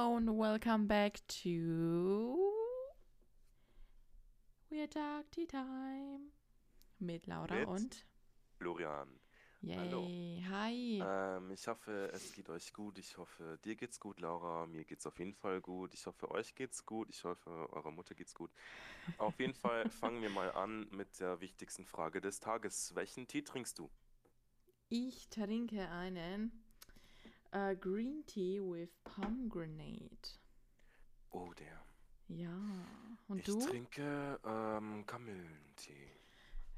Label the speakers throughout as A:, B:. A: Welcome back to Weird Dark Tea Time mit Laura
B: Mit?
A: und
B: Florian,
A: Yay.
B: Hallo.
A: Hi.
B: ähm, ich hoffe, es geht euch gut. Ich hoffe, dir geht's gut, Laura. Mir geht's auf jeden Fall gut. Ich hoffe, euch geht's gut. Ich hoffe, eurer Mutter geht's gut. Auf jeden Fall fangen wir mal an mit der wichtigsten Frage des Tages. Welchen Tee trinkst du?
A: Ich trinke einen äh, Green Tea with Pomegranate.
B: Oh, der.
A: Ja. Und
B: ich
A: du?
B: trinke ähm, Kamillentee.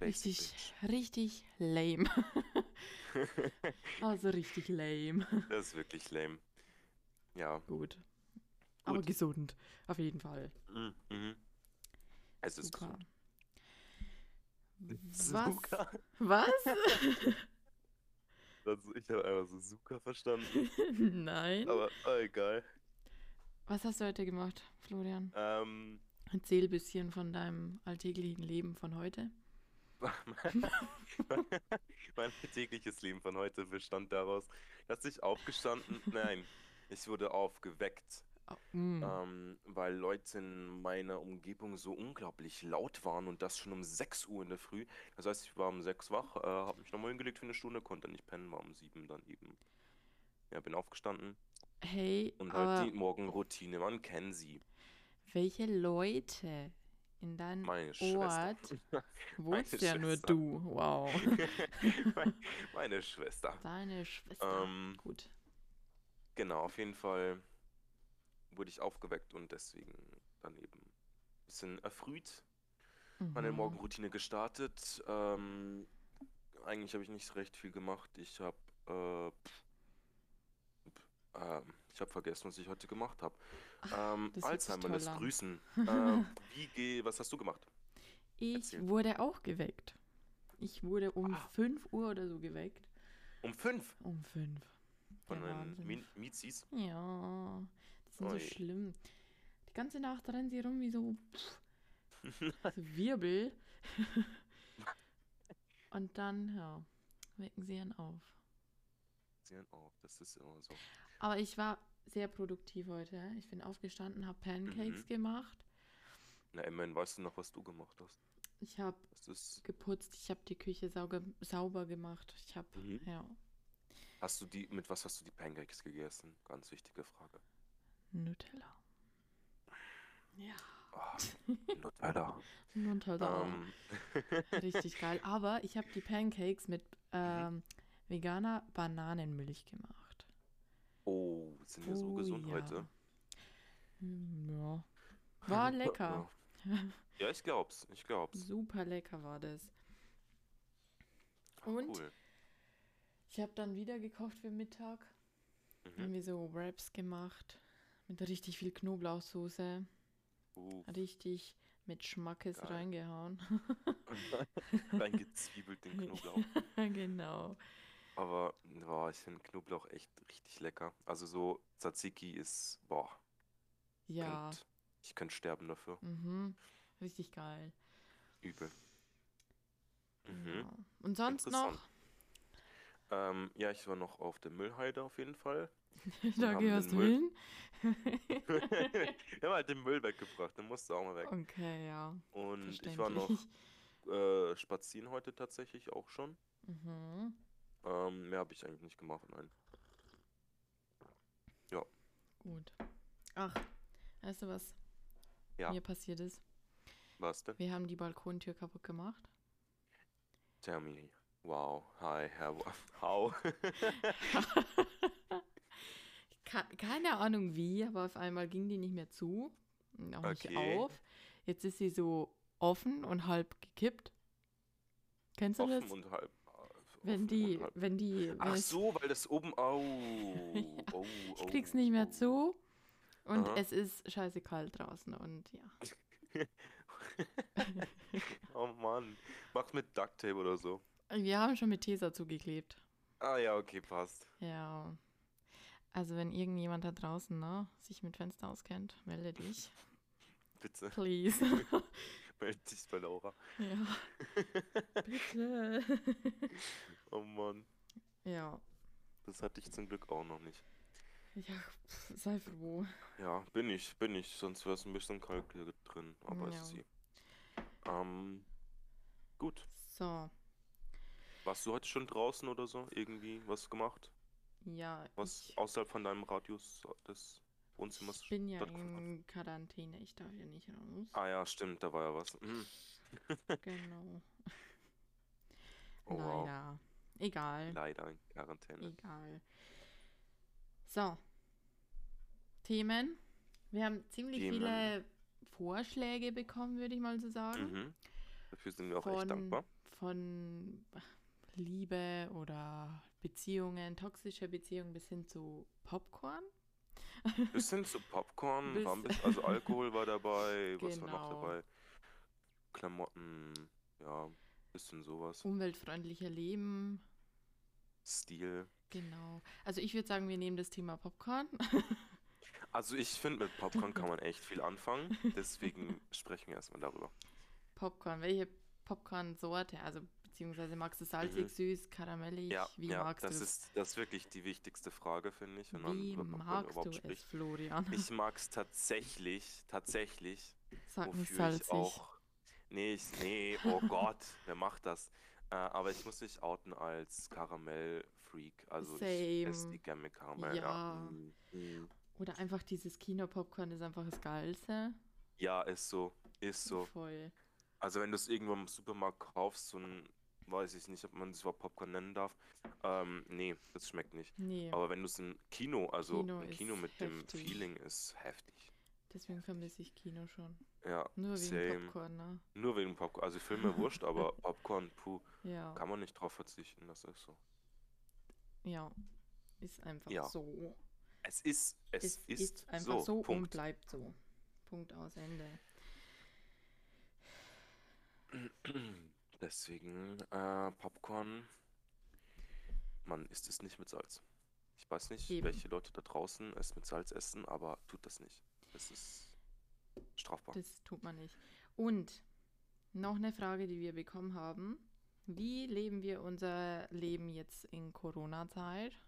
B: Basic
A: Richtig, richtig lame. also richtig lame.
B: bitch. Das ist wirklich lame. Ja.
A: Gut. Aber
B: Gut.
A: gesund. Auf jeden Fall.
B: Mhm. Mhm. Es ist
A: Super.
B: gesund.
A: Was?
B: Zucker.
A: Was?
B: Das, ich habe einfach Suzuka verstanden.
A: Nein.
B: Aber oh, egal.
A: Was hast du heute gemacht, Florian?
B: Ähm,
A: Erzähl ein bisschen von deinem alltäglichen Leben von heute.
B: mein tägliches Leben von heute bestand daraus, dass ich aufgestanden, nein, ich wurde aufgeweckt,
A: Oh, mm.
B: ähm, weil Leute in meiner Umgebung so unglaublich laut waren und das schon um 6 Uhr in der Früh. Das heißt, ich war um 6 wach, äh, habe mich nochmal hingelegt für eine Stunde, konnte nicht pennen, war um 7 dann eben. Ja, bin aufgestanden
A: hey,
B: und halt
A: aber
B: die Morgenroutine, man kennt sie.
A: welche Leute in deinem
B: Meine Schwester.
A: Ort wohnst ja
B: Meine
A: nur
B: Schwester.
A: du? Wow.
B: Meine- Meine Schwester.
A: Deine Schwester.
B: Ähm,
A: Gut.
B: Genau, auf jeden Fall wurde ich aufgeweckt und deswegen dann eben ein bisschen erfrüht meine
A: Mhm.
B: Morgenroutine gestartet. Ähm, eigentlich habe ich nicht recht viel gemacht. Ich habe äh, pff, ähm, ich habe vergessen, was ich heute gemacht habe. Ähm,
A: das hört sich
B: Alzheimer lässt
A: toll an.
B: grüßen. Ähm, wie geh, was hast du gemacht?
A: Ich
B: Erzähl.
A: wurde auch geweckt. Ich wurde um
B: Ah.
A: 5 Uhr oder so geweckt.
B: Um fünf
A: Um 5.
B: von
A: Der
B: den
A: Wahnsinn.
B: Mi- Mizis.
A: Ja, die sind so
B: Ui.
A: schlimm. Die ganze Nacht rennen sie rum wie so, so Wirbel. Und dann, ja, wecken sie einen auf.
B: Oh, das ist immer so.
A: Aber ich war sehr produktiv heute. Ich bin aufgestanden, habe Pancakes
B: Mhm.
A: gemacht.
B: Na, immerhin weißt du noch, was du gemacht hast.
A: Ich habe
B: Das ist.
A: geputzt, ich habe die Küche sauge sauber gemacht. Ich habe,
B: Mhm.
A: ja,
B: Hast du die, mit was hast du die Pancakes gegessen? Ganz wichtige Frage.
A: Nutella. Ja,
B: Ah, Nutella.
A: Nutella.
B: Ähm,
A: Richtig geil. Aber ich habe die Pancakes mit
B: Mhm.
A: ähm, veganer Bananenmilch gemacht.
B: oh, sind wir so
A: Oh
B: gesund
A: ja.
B: heute.
A: Hm, Ja. War lecker.
B: Ja, ich glaub's, ich glaub's.
A: Super lecker war das.
B: Ach,
A: Und
B: Cool.
A: ich habe dann wieder gekocht für Mittag. Haben
B: Mhm.
A: wir so Wraps gemacht. Mit richtig viel Knoblauchsoße.
B: Uh,
A: Richtig mit Schmackes
B: Geil.
A: reingehauen.
B: reingezwiebelt den Knoblauch.
A: genau.
B: Aber, boah, ich finde Knoblauch echt richtig lecker. Also so Tzatziki ist, boah,
A: Ja.
B: könnt, ich könnte sterben dafür.
A: Mhm. Richtig geil.
B: Übel. Mhm.
A: Genau. Und sonst
B: Interessant.
A: noch?
B: Ähm, ja, ich war noch auf der Müllhalde auf jeden Fall.
A: da
B: haben
A: gehörst
B: den
A: du
B: Müll-
A: hin?
B: Wir haben halt den Müll weggebracht, dann musste auch mal weg.
A: Okay, ja.
B: Und ich war noch
A: Verständlich.
B: äh, spazieren heute tatsächlich auch schon.
A: Mhm.
B: Ähm, mehr habe ich eigentlich nicht gemacht, nein.
A: Gut. Ach, weißt du, was
B: Ja.
A: mir passiert ist?
B: Was denn?
A: Wir haben die Balkontür kaputt gemacht.
B: Tell me. Wow. Hi, Herr. Wa- How?
A: Ke- keine Ahnung wie, aber auf einmal ging die nicht mehr zu. und Auch nicht
B: Okay.
A: auf. Jetzt ist sie so offen und halb gekippt. Kennst du
B: offen
A: das?
B: und halb. äh,
A: wenn
B: offen
A: die,
B: Und halb.
A: wenn die, wenn
B: Ach
A: es-
B: so, weil das oben. Au. Oh,
A: ich krieg's nicht mehr
B: oh.
A: zu und
B: Aha.
A: es ist scheiße kalt draußen und ja.
B: Oh Mann. Mach's mit Duct Tape oder so.
A: Wir haben schon mit Tesa zugeklebt.
B: Ah ja, okay, passt.
A: Ja. Also wenn irgendjemand da draußen ne, sich mit Fenster auskennt, melde dich.
B: Bitte
A: Please.
B: melde dich bei Laura.
A: ja. Bitte.
B: Oh Mann.
A: ja.
B: Das hatte ich zum Glück auch noch nicht.
A: Ja, pf, sei froh.
B: Ja, bin ich, bin ich. Sonst wäre es ein bisschen kalt hier drin, aber
A: Ja.
B: ist sie. Ähm, gut.
A: So,
B: Warst du heute schon draußen oder so? Irgendwie was gemacht?
A: ja,
B: Was
A: ich,
B: außerhalb von deinem Radius des Wohnzimmers?
A: ich bin ja
B: stattgefunden hat?
A: in Quarantäne. Ich darf ja nicht raus.
B: Ah ja, stimmt, da war ja was. Mhm.
A: Genau.
B: Oh wow,
A: Leider. Egal.
B: leider in Quarantäne.
A: Egal. So. Themen. Wir haben ziemlich
B: Themen.
A: viele Vorschläge bekommen, würde ich mal so sagen.
B: Mhm. Dafür sind wir auch echt
A: Von,
B: dankbar.
A: von Liebe oder Beziehungen, toxische Beziehungen bis hin zu Popcorn.
B: Bisschen zu Popcorn,
A: Bis-
B: war ein bisschen, also Alkohol war dabei, was war noch
A: Genau.
B: dabei? Klamotten, ja, bisschen
A: Oh.
B: sowas.
A: Umweltfreundlicher Leben.
B: Stil.
A: Genau. Also ich würde sagen, wir nehmen das Thema Popcorn.
B: Also ich finde, mit Popcorn kann man echt viel anfangen. Deswegen sprechen wir erstmal darüber.
A: Popcorn. Welche Popcorn-Sorte? Also beziehungsweise magst du salzig,
B: Mhm.
A: süß, karamellig?
B: Ja,
A: Wie
B: ja,
A: magst
B: das
A: du
B: ist das ist wirklich die wichtigste Frage, finde ich, wenn man
A: Wie
B: über Popcorn
A: magst du
B: überhaupt
A: es,
B: spricht.
A: Florian?
B: Ich mag es tatsächlich, tatsächlich,
A: Sag nicht
B: wofür
A: salzig.
B: ich auch. Nee, ich, nee, oh Gott, wer macht das? Äh, aber ich muss mich outen als Karamell-Freak. Also ich esse
A: Same.
B: die gerne mit Karamell.
A: Ja.
B: Mm, mm.
A: Oder einfach dieses Kino-Popcorn ist einfach das Geilste.
B: Ja, ist so, ist so.
A: Voll.
B: Also wenn du es irgendwo im Supermarkt kaufst, so ein, weiß ich nicht, ob man das überhaupt Popcorn nennen darf. Ähm, nee, das schmeckt nicht.
A: Nee,
B: Aber wenn du es im Kino, also
A: Kino
B: im Kino
A: ist
B: mit dem
A: heftig.
B: Feeling ist heftig.
A: deswegen vermisse ich Kino schon.
B: Ja,
A: Nur wegen
B: same.
A: Popcorn, ne?
B: Nur wegen Popcorn. Also Filme wurscht, aber Popcorn, puh,
A: Ja,
B: kann man nicht drauf verzichten, das ist so.
A: ja. Ist einfach
B: Ja.
A: so.
B: Es ist, es
A: Es
B: ist,
A: ist einfach so, und
B: Punkt.
A: bleibt so. Punkt aus Ende.
B: Deswegen, äh, Popcorn, man isst es nicht mit Salz. Ich weiß nicht,
A: Eben.
B: welche Leute da draußen es mit Salz essen, aber tut das nicht. Es ist strafbar.
A: Das tut man nicht. Und noch eine Frage, die wir bekommen haben. Wie leben wir unser Leben jetzt in Corona-Zeit?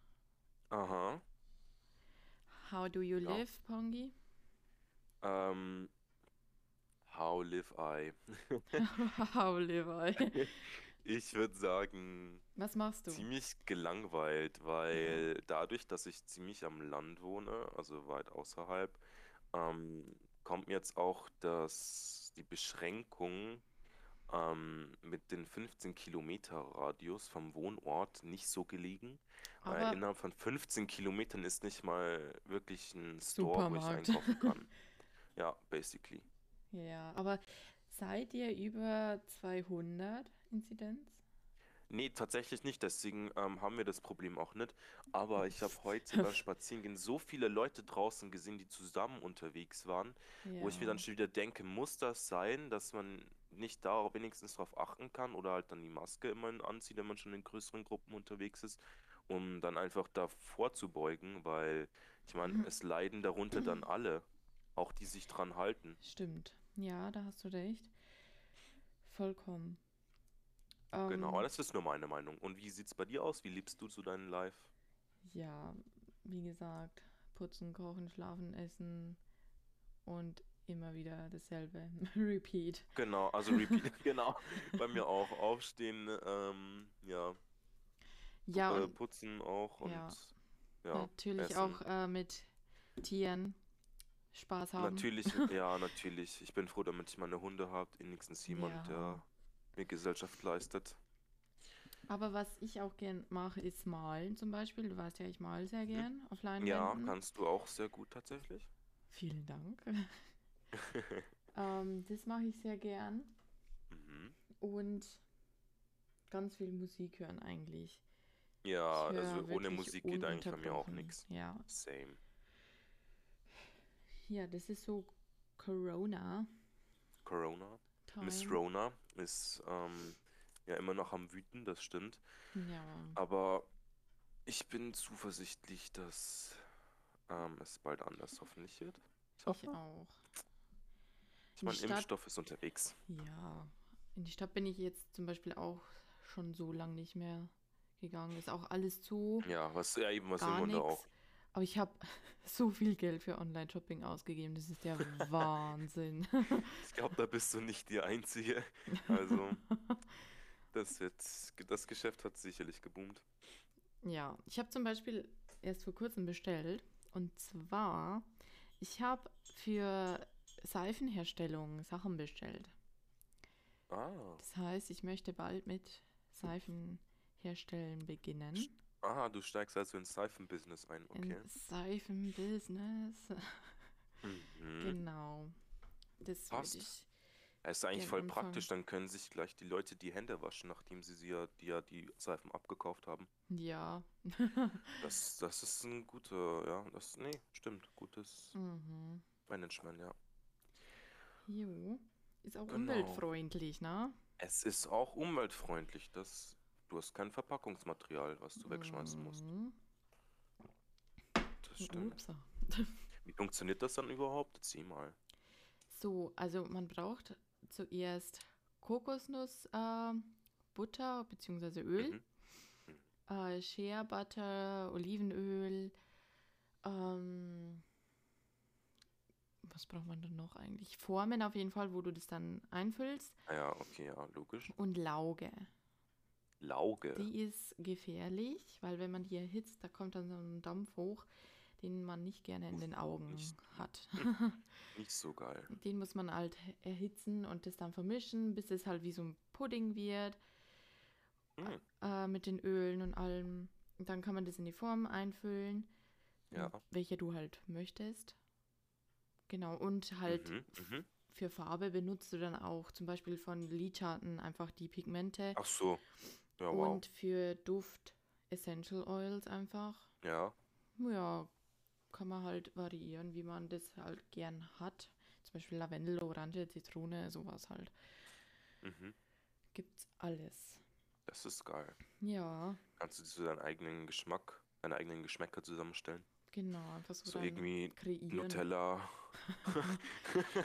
B: Aha.
A: How do you
B: Ja.
A: live, Pongi?
B: Ähm, how live I?
A: How live I?
B: Ich würde sagen,
A: Was machst du?
B: ziemlich gelangweilt, weil dadurch, dass ich ziemlich am Land wohne, also weit außerhalb, ähm, kommt jetzt auch das, die Beschränkung ähm, mit den 15 Kilometer Radius vom Wohnort nicht so gelegen, weil
A: Aber
B: innerhalb von 15 Kilometern ist nicht mal wirklich ein Store, wo ich
A: Supermarkt.
B: einkaufen kann. Ja, basically.
A: Ja, aber seid ihr über 200 Inzidenz?
B: Nee, tatsächlich nicht. Deswegen ähm, haben wir das Problem auch nicht. Aber ich habe heute beim Spazierengehen so viele Leute draußen gesehen, die zusammen unterwegs waren, wo ich mir dann
A: Ja.
B: schon wieder denke, muss das sein, dass man nicht darauf wenigstens drauf achten kann oder halt dann die Maske immerhin anzieht, wenn man schon in größeren Gruppen unterwegs ist, um dann einfach da vorzubeugen, weil ich meine, es leiden darunter dann alle, auch die sich dran halten.
A: Stimmt. Ja, da hast du recht. Vollkommen.
B: Genau,
A: Ähm,
B: aber das ist nur meine Meinung. Und wie sieht's bei dir aus? Wie lebst du so deinen Life?
A: Ja, wie gesagt, putzen, kochen, schlafen, essen und immer wieder dasselbe. Repeat.
B: Genau, also Repeat, genau. Bei mir auch. Aufstehen, ähm, ja,
A: Ja,
B: äh,
A: und
B: putzen auch und
A: ja. Halt
B: ja,
A: natürlich
B: essen.
A: auch äh, mit Tieren Spaß haben.
B: Natürlich, ja, natürlich. Ich bin froh, damit ich meine Hunde habe. Wenigstens jemand,
A: Ja.
B: der mir Gesellschaft leistet.
A: Aber was ich auch gern mache, ist malen zum Beispiel. Du weißt ja, ich male sehr gern auf
B: Ja,
A: Leinwänden.
B: kannst du auch sehr gut tatsächlich.
A: Vielen Dank. ähm, das mache ich sehr gern.
B: Mhm.
A: Und ganz viel Musik hören eigentlich. Ich
B: Ja, also
A: höre
B: ohne
A: wirklich
B: Musik geht eigentlich bei mir auch
A: ununterbrochen.
B: nichts.
A: Ja.
B: Same.
A: ja, das ist so Corona.
B: Corona. Miss
A: Time.
B: Rona ist ähm, ja immer noch am Wüten, das stimmt.
A: Ja.
B: Aber ich bin zuversichtlich, dass ähm, es bald anders hoffentlich wird. Ich
A: Ich
B: hoffe.
A: auch.
B: Ich meine,
A: Die Stadt-
B: Impfstoff ist unterwegs.
A: Ja. In die Stadt bin ich jetzt zum Beispiel auch schon so lange nicht mehr gegangen. Ist auch alles zu.
B: Ja, was ja eben was im
A: gar
B: Grunde
A: nichts.
B: auch.
A: Aber ich habe so viel Geld für Online-Shopping ausgegeben. Das ist der Wahnsinn.
B: Ich glaube, da bist du nicht die Einzige. Also, das wird, das Geschäft hat sicherlich geboomt.
A: Ja, ich habe zum Beispiel erst vor kurzem bestellt. Und zwar, ich habe für Seifenherstellung Sachen bestellt.
B: Ah,
A: Das heißt, ich möchte bald mit Seifenherstellen beginnen.
B: ah, du steigst also ins Seifen-Business ein, okay.
A: Ins Seifenbusiness.
B: Mhm.
A: Genau. Das
B: Passt.
A: würde ich.
B: Das ist eigentlich
A: Gern
B: voll
A: anfangen.
B: praktisch, dann können sich gleich die Leute die Hände waschen, nachdem sie, sie ja, die, ja die Seifen abgekauft haben.
A: Ja.
B: Das, das ist ein guter, ja, das, nee, stimmt, gutes
A: mhm.
B: Management, ja.
A: Jo. Ist auch
B: Genau.
A: umweltfreundlich, ne?
B: Es ist auch umweltfreundlich, dass du hast kein Verpackungsmaterial, was du wegschmeißen musst.
A: Mhm.
B: Das stimmt.
A: Upsa.
B: Wie funktioniert das dann überhaupt? Zieh mal.
A: So, also man braucht zuerst Kokosnuss, ähm, Butter bzw. Öl,
B: Mhm.
A: äh, Shea Butter, Olivenöl. Ähm, was braucht man denn noch eigentlich? Formen auf jeden Fall, wo du das dann einfüllst.
B: Ah Ja, okay, ja, logisch.
A: Und Lauge.
B: Lauge.
A: Die ist gefährlich, weil wenn man die erhitzt, da kommt dann so ein Dampf hoch, den man nicht gerne in
B: Uff,
A: den Augen
B: nicht. Mhm.
A: hat.
B: Nicht so geil.
A: Den muss man halt erhitzen und das dann vermischen, bis es halt wie so ein Pudding wird
B: Hm,
A: äh, mit den Ölen und allem. Und dann kann man das in die Form einfüllen,
B: ja.
A: welche du halt möchtest. Genau, und halt
B: Mhm, mhm.
A: für Farbe benutzt du dann auch zum Beispiel von Lidschatten einfach die Pigmente
B: Ach so. Ja, wow.
A: und für Duft Essential Oils einfach.
B: Ja.
A: Ja, kann man halt variieren, wie man das halt gern hat. Zum Beispiel Lavendel, Orange, Zitrone, sowas halt.
B: Mhm.
A: Gibt's alles.
B: Das ist geil.
A: Ja,
B: Kannst du dir so deinen eigenen Geschmack, deine eigenen Geschmäcker zusammenstellen?
A: genau, einfach so,
B: So
A: dann
B: irgendwie
A: kreieren.
B: Nutella.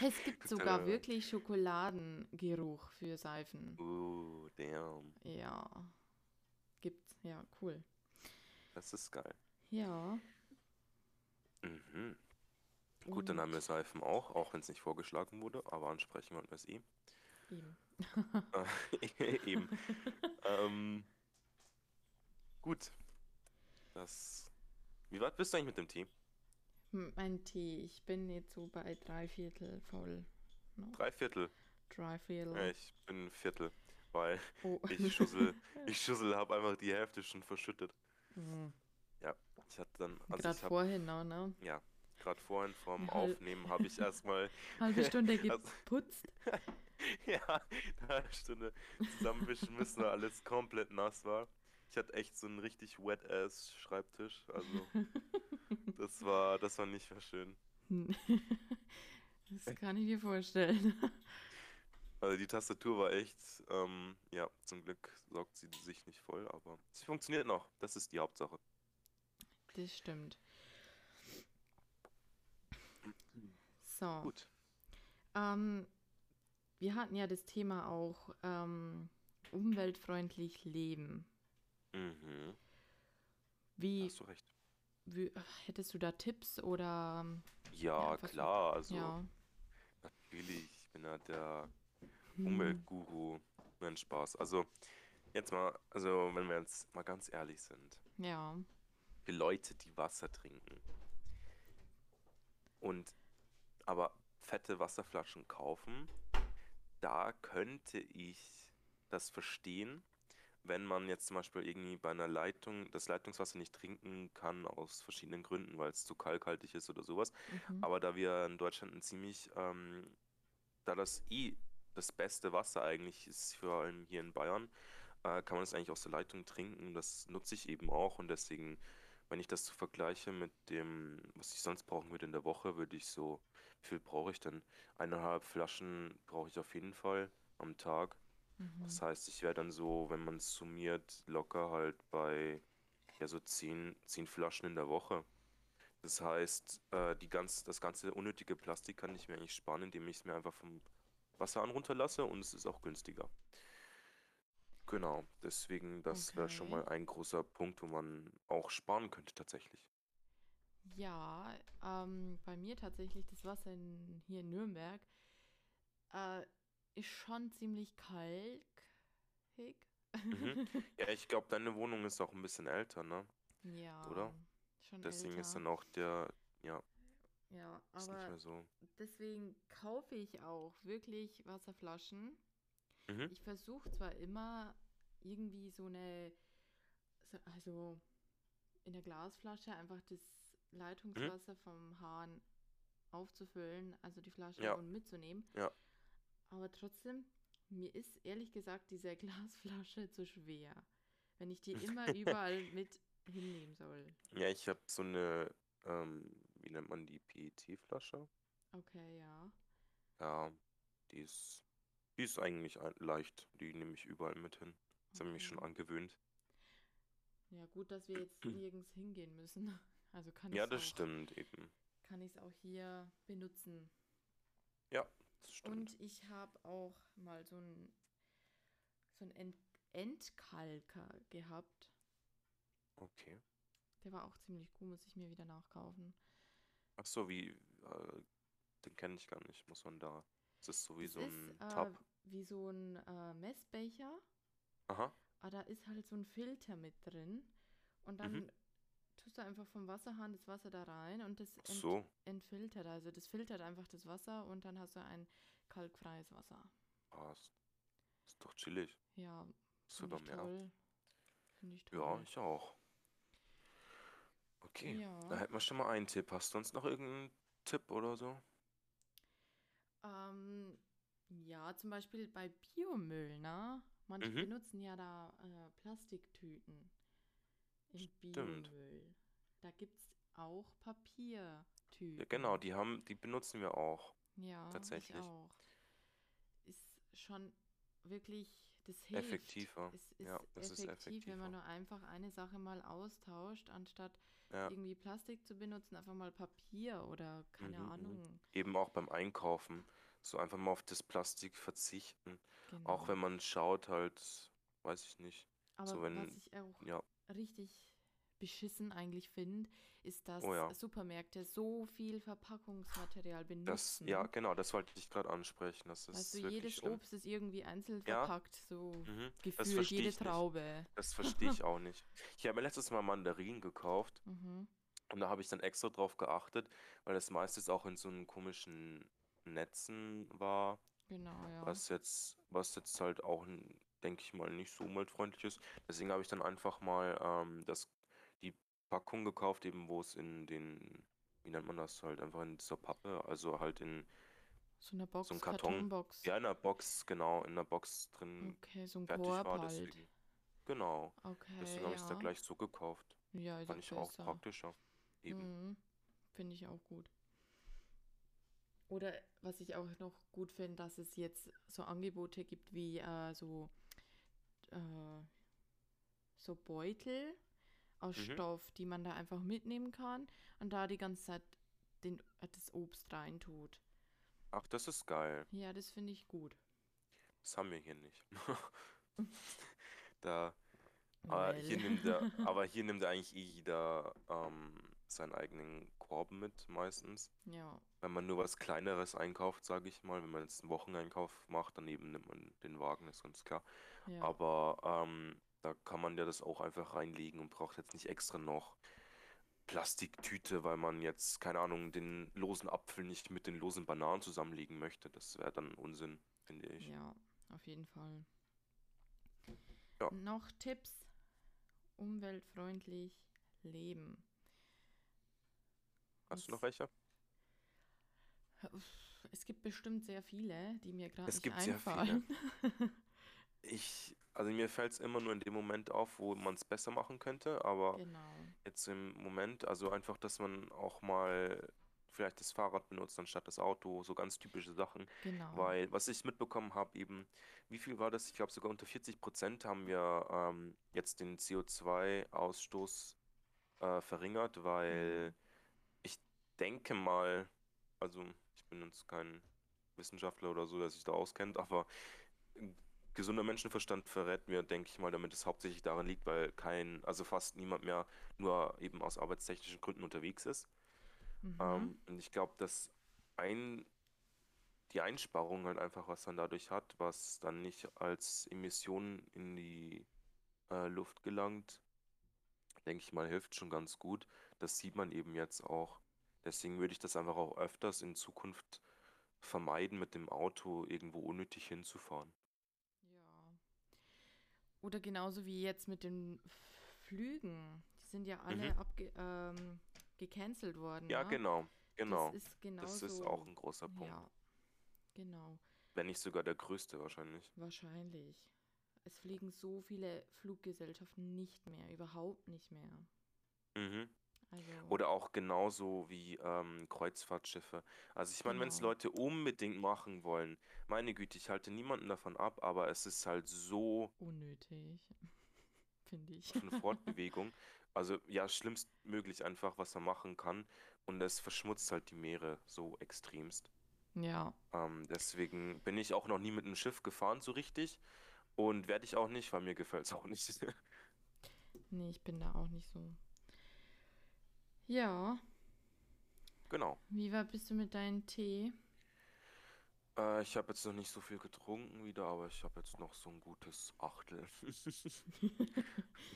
A: Es gibt sogar
B: Nutella.
A: wirklich Schokoladengeruch für Seifen.
B: Oh, damn.
A: Ja. Gibt's, ja, cool.
B: Das ist geil.
A: Ja.
B: Mhm. Guter
A: und
B: Name ist Seifen auch, auch wenn es nicht vorgeschlagen wurde, aber ansprechen wollten wir es eh.
A: eben.
B: Eben. Ähm, gut. Das. Wie weit bist du eigentlich mit dem Tee?
A: M- Mein Tee, ich bin jetzt so bei drei Viertel voll. No?
B: Drei Viertel.
A: Drei Viertel.
B: Ja, ich bin ein Viertel, weil
A: oh.
B: ich Schussel, ich Schussel habe einfach die Hälfte schon verschüttet.
A: Mhm.
B: Ich hatte dann,
A: Gerade
B: also ich habe
A: vorhin noch, ne?
B: gerade vorhin vorm
A: Ja, halb-
B: Aufnehmen habe ich erstmal,
A: Halbe Stunde
B: Also-
A: geputzt.
B: ja, eine halbe Stunde zusammenwischen müssen, weil alles komplett nass war. Ich hatte echt so einen richtig wet ass Schreibtisch, also das war, das war nicht mehr schön.
A: Hm. Das kann ich dir vorstellen.
B: Also die Tastatur war echt, ähm, ja, zum Glück saugt sie sich nicht voll, aber sie funktioniert noch. Das ist die Hauptsache.
A: Das stimmt. So,
B: Gut.
A: ähm, wir hatten ja das Thema auch ähm, umweltfreundlich leben.
B: Mhm.
A: Wie
B: Hast du recht.
A: wü- hättest du da Tipps oder
B: Ja,
A: was-
B: klar, also
A: ja?
B: natürlich, ich bin ja der
A: Hm.
B: Umweltguru. Nein, Spaß. Also, jetzt mal, also wenn wir jetzt mal ganz ehrlich sind,
A: Mhm. Ja,
B: für Leute, die Wasser trinken und aber fette Wasserflaschen kaufen, da könnte ich das verstehen, wenn man jetzt zum Beispiel irgendwie bei einer Leitung das Leitungswasser nicht trinken kann aus verschiedenen Gründen, weil es zu kalkhaltig ist oder sowas.
A: mhm.
B: Aber da wir in Deutschland ein ziemlich, ähm, da das eh das beste Wasser eigentlich ist, vor allem hier in Bayern, äh, kann man es eigentlich aus der Leitung trinken. Das nutze ich eben auch und deswegen, wenn ich das so vergleiche mit dem, was ich sonst brauchen würde in der Woche, würde ich so, wie viel brauche ich denn? Eineinhalb Flaschen brauche ich auf jeden Fall am Tag.
A: Mhm.
B: Das heißt, ich wäre dann so, wenn man es summiert, locker halt bei ja so 10, 10 Flaschen in der Woche. Das heißt, äh, die ganz, das ganze unnötige Plastik kann ich mir eigentlich sparen, indem ich es mir einfach vom Wasserhahn runterlasse und es ist auch günstiger. Genau, deswegen, das wäre schon
A: Okay.
B: mal ein großer Punkt, wo man auch sparen könnte tatsächlich.
A: Ja, ähm, bei mir tatsächlich das Wasser in, hier in Nürnberg äh, ist schon ziemlich kalkig.
B: Mhm. Ja, ich glaube, deine Wohnung ist auch ein bisschen älter, ne?
A: Ja,
B: Oder?
A: schon
B: Deswegen ist
A: älter.
B: dann auch der, ja,
A: Ja,
B: ist nicht
A: aber
B: mehr so.
A: deswegen kaufe ich auch wirklich Wasserflaschen.
B: Mhm.
A: Ich versuche zwar immer irgendwie so eine, so- also in der Glasflasche einfach das
B: Mhm.
A: Leitungswasser vom Hahn aufzufüllen, also die Flasche
B: Ja.
A: und mitzunehmen.
B: Ja.
A: Aber trotzdem, mir ist ehrlich gesagt diese Glasflasche zu schwer, wenn ich die immer überall mit hinnehmen soll.
B: Ja, ich habe so eine, ähm, wie nennt man die, PET-Flasche?
A: Okay, ja.
B: Ja, die ist, die ist eigentlich ein- leicht. Die nehme ich überall mit hin. Das habe ich mich schon
A: Okay.
B: angewöhnt.
A: Ja, gut, dass wir jetzt nirgends hingehen müssen. Also kann ich
B: Ja,
A: es
B: das
A: auch,
B: stimmt eben.
A: kann ich's auch hier benutzen.
B: Das stimmt.
A: Und ich habe auch mal so einen so einen Ent Entkalker gehabt.
B: Okay.
A: Der war auch ziemlich gut, muss ich mir wieder nachkaufen.
B: Ach so, wie, äh, den kenne ich gar nicht. Muss man da. Das ist so wie
A: Das
B: so
A: ist
B: ein
A: äh,
B: Tab.
A: wie so ein äh, Messbecher,
B: Aha.
A: aber da ist halt so ein Filter mit drin. Und dann
B: Mhm.
A: tust du einfach vom Wasserhahn das Wasser da rein und das
B: Ach
A: ent
B: so.
A: entfiltert. Also das filtert einfach das Wasser und dann hast du ein kalkfreies Wasser.
B: Passt. Ah, Ist doch chillig.
A: Ja,
B: Ist
A: finde
B: sogar
A: ich
B: mehr.
A: toll. Finde ich
B: Ja,
A: toll.
B: ich auch. Okay. Da
A: Ja.
B: hätten wir schon mal einen Tipp. Hast du sonst noch irgendeinen Tipp oder so?
A: Ähm, ja, zum Beispiel bei Biomüll, ne? Manche
B: Mhm.
A: benutzen ja da äh, Plastiktüten im
B: Stimmt.
A: Biomüll. Da gibt es auch
B: Ja, genau,
A: Papiertüten.
B: die haben, die benutzen wir auch.
A: Ja, ich
B: Tatsächlich.
A: auch. Ist schon wirklich, das hilft.
B: Effektiver.
A: Es ist
B: Ja, das ist
A: effektiv, wenn man
B: effektiver.
A: nur einfach eine Sache mal austauscht, anstatt
B: Ja.
A: irgendwie Plastik zu benutzen, einfach mal Papier oder keine
B: Mhm, mhm.
A: Ahnung.
B: Eben auch beim Einkaufen. So einfach mal auf das Plastik verzichten. Auch
A: Genau.
B: wenn man schaut, halt, weiß ich nicht.
A: Aber
B: So
A: was
B: wenn,
A: ich auch
B: ja,
A: richtig beschissen eigentlich finde, ist, dass
B: oh ja.
A: Supermärkte so viel Verpackungsmaterial
B: Das, ja,
A: benutzen.
B: genau, das wollte ich gerade ansprechen. Das
A: Weißt du,
B: ist wirklich
A: jedes
B: schlimm.
A: Obst ist irgendwie einzeln
B: Ja,
A: verpackt, so
B: mhm. Das
A: gefühlt,
B: verstehe
A: jede
B: ich nicht.
A: Traube.
B: Das verstehe ich auch nicht. Ich habe mir letztes Mal Mandarinen gekauft
A: Mhm.
B: und da habe ich dann extra drauf geachtet, weil das meistens auch in so einem komischen Netzen war,
A: Genau, ja.
B: was jetzt, was jetzt halt auch, n- denke ich mal, nicht so umweltfreundlich ist. Deswegen habe ich dann einfach mal ähm, das, die Packung gekauft, eben wo es in den, wie nennt man das halt, einfach in dieser Pappe, also halt in
A: So eine
B: so einem
A: Box,
B: Karton,
A: Kartonbox.
B: ja, in der Box, genau, in der Box drin
A: Okay, so ein
B: fertig
A: Korb
B: war,
A: halt.
B: deswegen. Genau. Deswegen
A: Okay,
B: habe ich es da
A: ja.
B: gleich so gekauft.
A: Ja, ist
B: Fand
A: auch
B: ich auch
A: besser.
B: praktischer. Eben.
A: Mhm. Finde ich auch gut. Oder was ich auch noch gut finde, dass es jetzt so Angebote gibt wie äh, so äh, so Beutel aus
B: Mhm.
A: Stoff, die man da einfach mitnehmen kann und da die ganze Zeit den, äh, das Obst reintut.
B: Ach, das ist geil.
A: Ja, das finde ich gut.
B: Das haben wir hier nicht. Da, aber Ah, hier
A: Well.
B: nimmt der, aber hier nimmt eigentlich eh jeder ähm, seinen eigenen Korb mit meistens.
A: Ja,
B: Wenn man nur was Kleineres einkauft, sage ich mal, wenn man jetzt einen Wocheneinkauf macht, dann eben nimmt man den Wagen, ist ganz klar.
A: ja,
B: Aber ähm, da kann man ja das auch einfach reinlegen und braucht jetzt nicht extra noch Plastiktüte, weil man jetzt, keine Ahnung, den losen Apfel nicht mit den losen Bananen zusammenlegen möchte. Das wäre dann Unsinn, finde ich.
A: ja, auf jeden Fall.
B: Ja.
A: Noch Tipps, umweltfreundlich leben.
B: Hast du noch
A: Was?
B: welche?
A: Uff, Es gibt bestimmt sehr viele, die mir gerade
B: Es
A: nicht
B: gibt sehr viele.
A: einfallen.
B: Ich, also mir fällt es immer nur in dem Moment auf, wo man es besser machen könnte, aber
A: Genau.
B: jetzt im Moment, also einfach, dass man auch mal vielleicht das Fahrrad benutzt anstatt das Auto, so ganz typische Sachen.
A: Genau.
B: Weil, was ich mitbekommen habe, eben, wie viel war das? Ich glaube, sogar unter 40 Prozent haben wir ähm, jetzt den CO2-Ausstoß äh, verringert, weil
A: Mhm.
B: ich denke mal, also ich bin jetzt kein Wissenschaftler oder so, der sich da auskennt, aber gesunder Menschenverstand verrät mir, denke ich mal, damit es hauptsächlich daran liegt, weil kein, also fast niemand mehr nur eben aus arbeitstechnischen Gründen unterwegs ist.
A: Mhm.
B: Ähm, und ich glaube, dass ein, die Einsparung halt einfach, was dann dadurch hat, was dann nicht als Emission in die äh, Luft gelangt, denke ich mal, hilft schon ganz gut. Das sieht man eben jetzt auch. Deswegen würde ich das einfach auch öfters in Zukunft vermeiden, mit dem Auto irgendwo unnötig hinzufahren.
A: Ja. Oder genauso wie jetzt mit den F- Flügen. Die sind ja alle
B: Mhm.
A: abge ähm, gecancelt worden.
B: Ja,
A: ne?
B: genau, genau.
A: Das ist
B: Das
A: genauso.
B: ist auch ein großer Punkt.
A: Ja, genau.
B: Wenn nicht sogar der größte wahrscheinlich.
A: Wahrscheinlich. Es fliegen so viele Fluggesellschaften nicht mehr, überhaupt nicht mehr.
B: Mhm.
A: Also,
B: Oder auch genauso wie ähm, Kreuzfahrtschiffe. Also ich meine, wenn es
A: genau.
B: Leute unbedingt machen wollen, meine Güte, ich halte niemanden davon ab, aber es ist halt so
A: Unnötig, finde ich.
B: eine Fortbewegung. Also ja, schlimmstmöglich einfach, was man machen kann. Und es verschmutzt halt die Meere so extremst.
A: Ja.
B: Ähm, deswegen bin ich auch noch nie mit einem Schiff gefahren so richtig. Und werde ich auch nicht, weil mir gefällt es auch nicht.
A: Nee, ich bin da auch nicht so. Ja.
B: Genau.
A: Wie weit bist du mit deinem Tee?
B: Äh, ich habe jetzt noch nicht so viel getrunken wieder, aber ich habe jetzt noch so ein gutes Achtel. Wie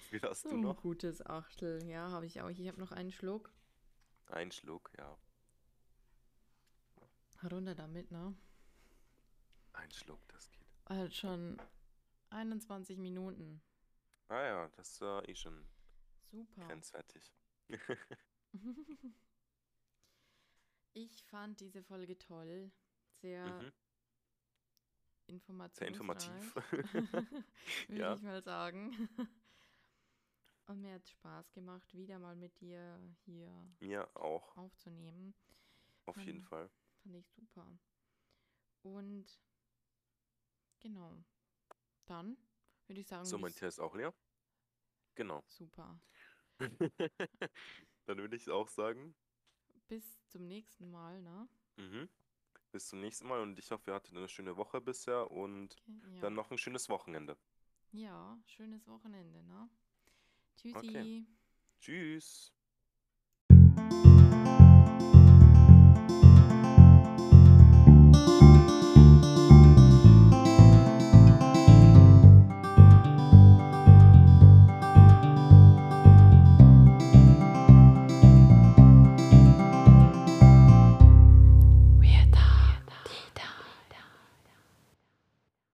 B: viel
A: So
B: hast du
A: ein
B: noch?
A: gutes Achtel. Ja, habe ich auch. Ich habe noch einen Schluck.
B: Ein Schluck, ja.
A: Runter damit, ne?
B: Ein Schluck, das geht.
A: Also schon 21 Minuten.
B: Ah ja, das war eh schon
A: Super.
B: grenzwertig.
A: Ich fand diese Folge toll. Sehr
B: Mhm. Sehr informativ.
A: informationsreich. Würde
B: Ja.
A: ich mal sagen. Und mir hat Spaß gemacht, wieder mal mit dir hier
B: Mir auch,
A: aufzunehmen.
B: auf jeden
A: Fand,
B: Fall.
A: fand ich super. Und genau. Dann würde ich sagen,
B: So, mein
A: bis
B: Teer ist auch leer. Genau.
A: super.
B: Dann würde ich auch sagen,
A: Bis zum nächsten Mal, ne?
B: mhm. Bis zum nächsten Mal und ich hoffe, ihr hattet eine schöne Woche bisher und
A: Ge-
B: dann
A: Ja.
B: noch ein schönes Wochenende.
A: Ja, schönes Wochenende, ne?
B: Okay.
A: Tschüssi.
B: Tschüss.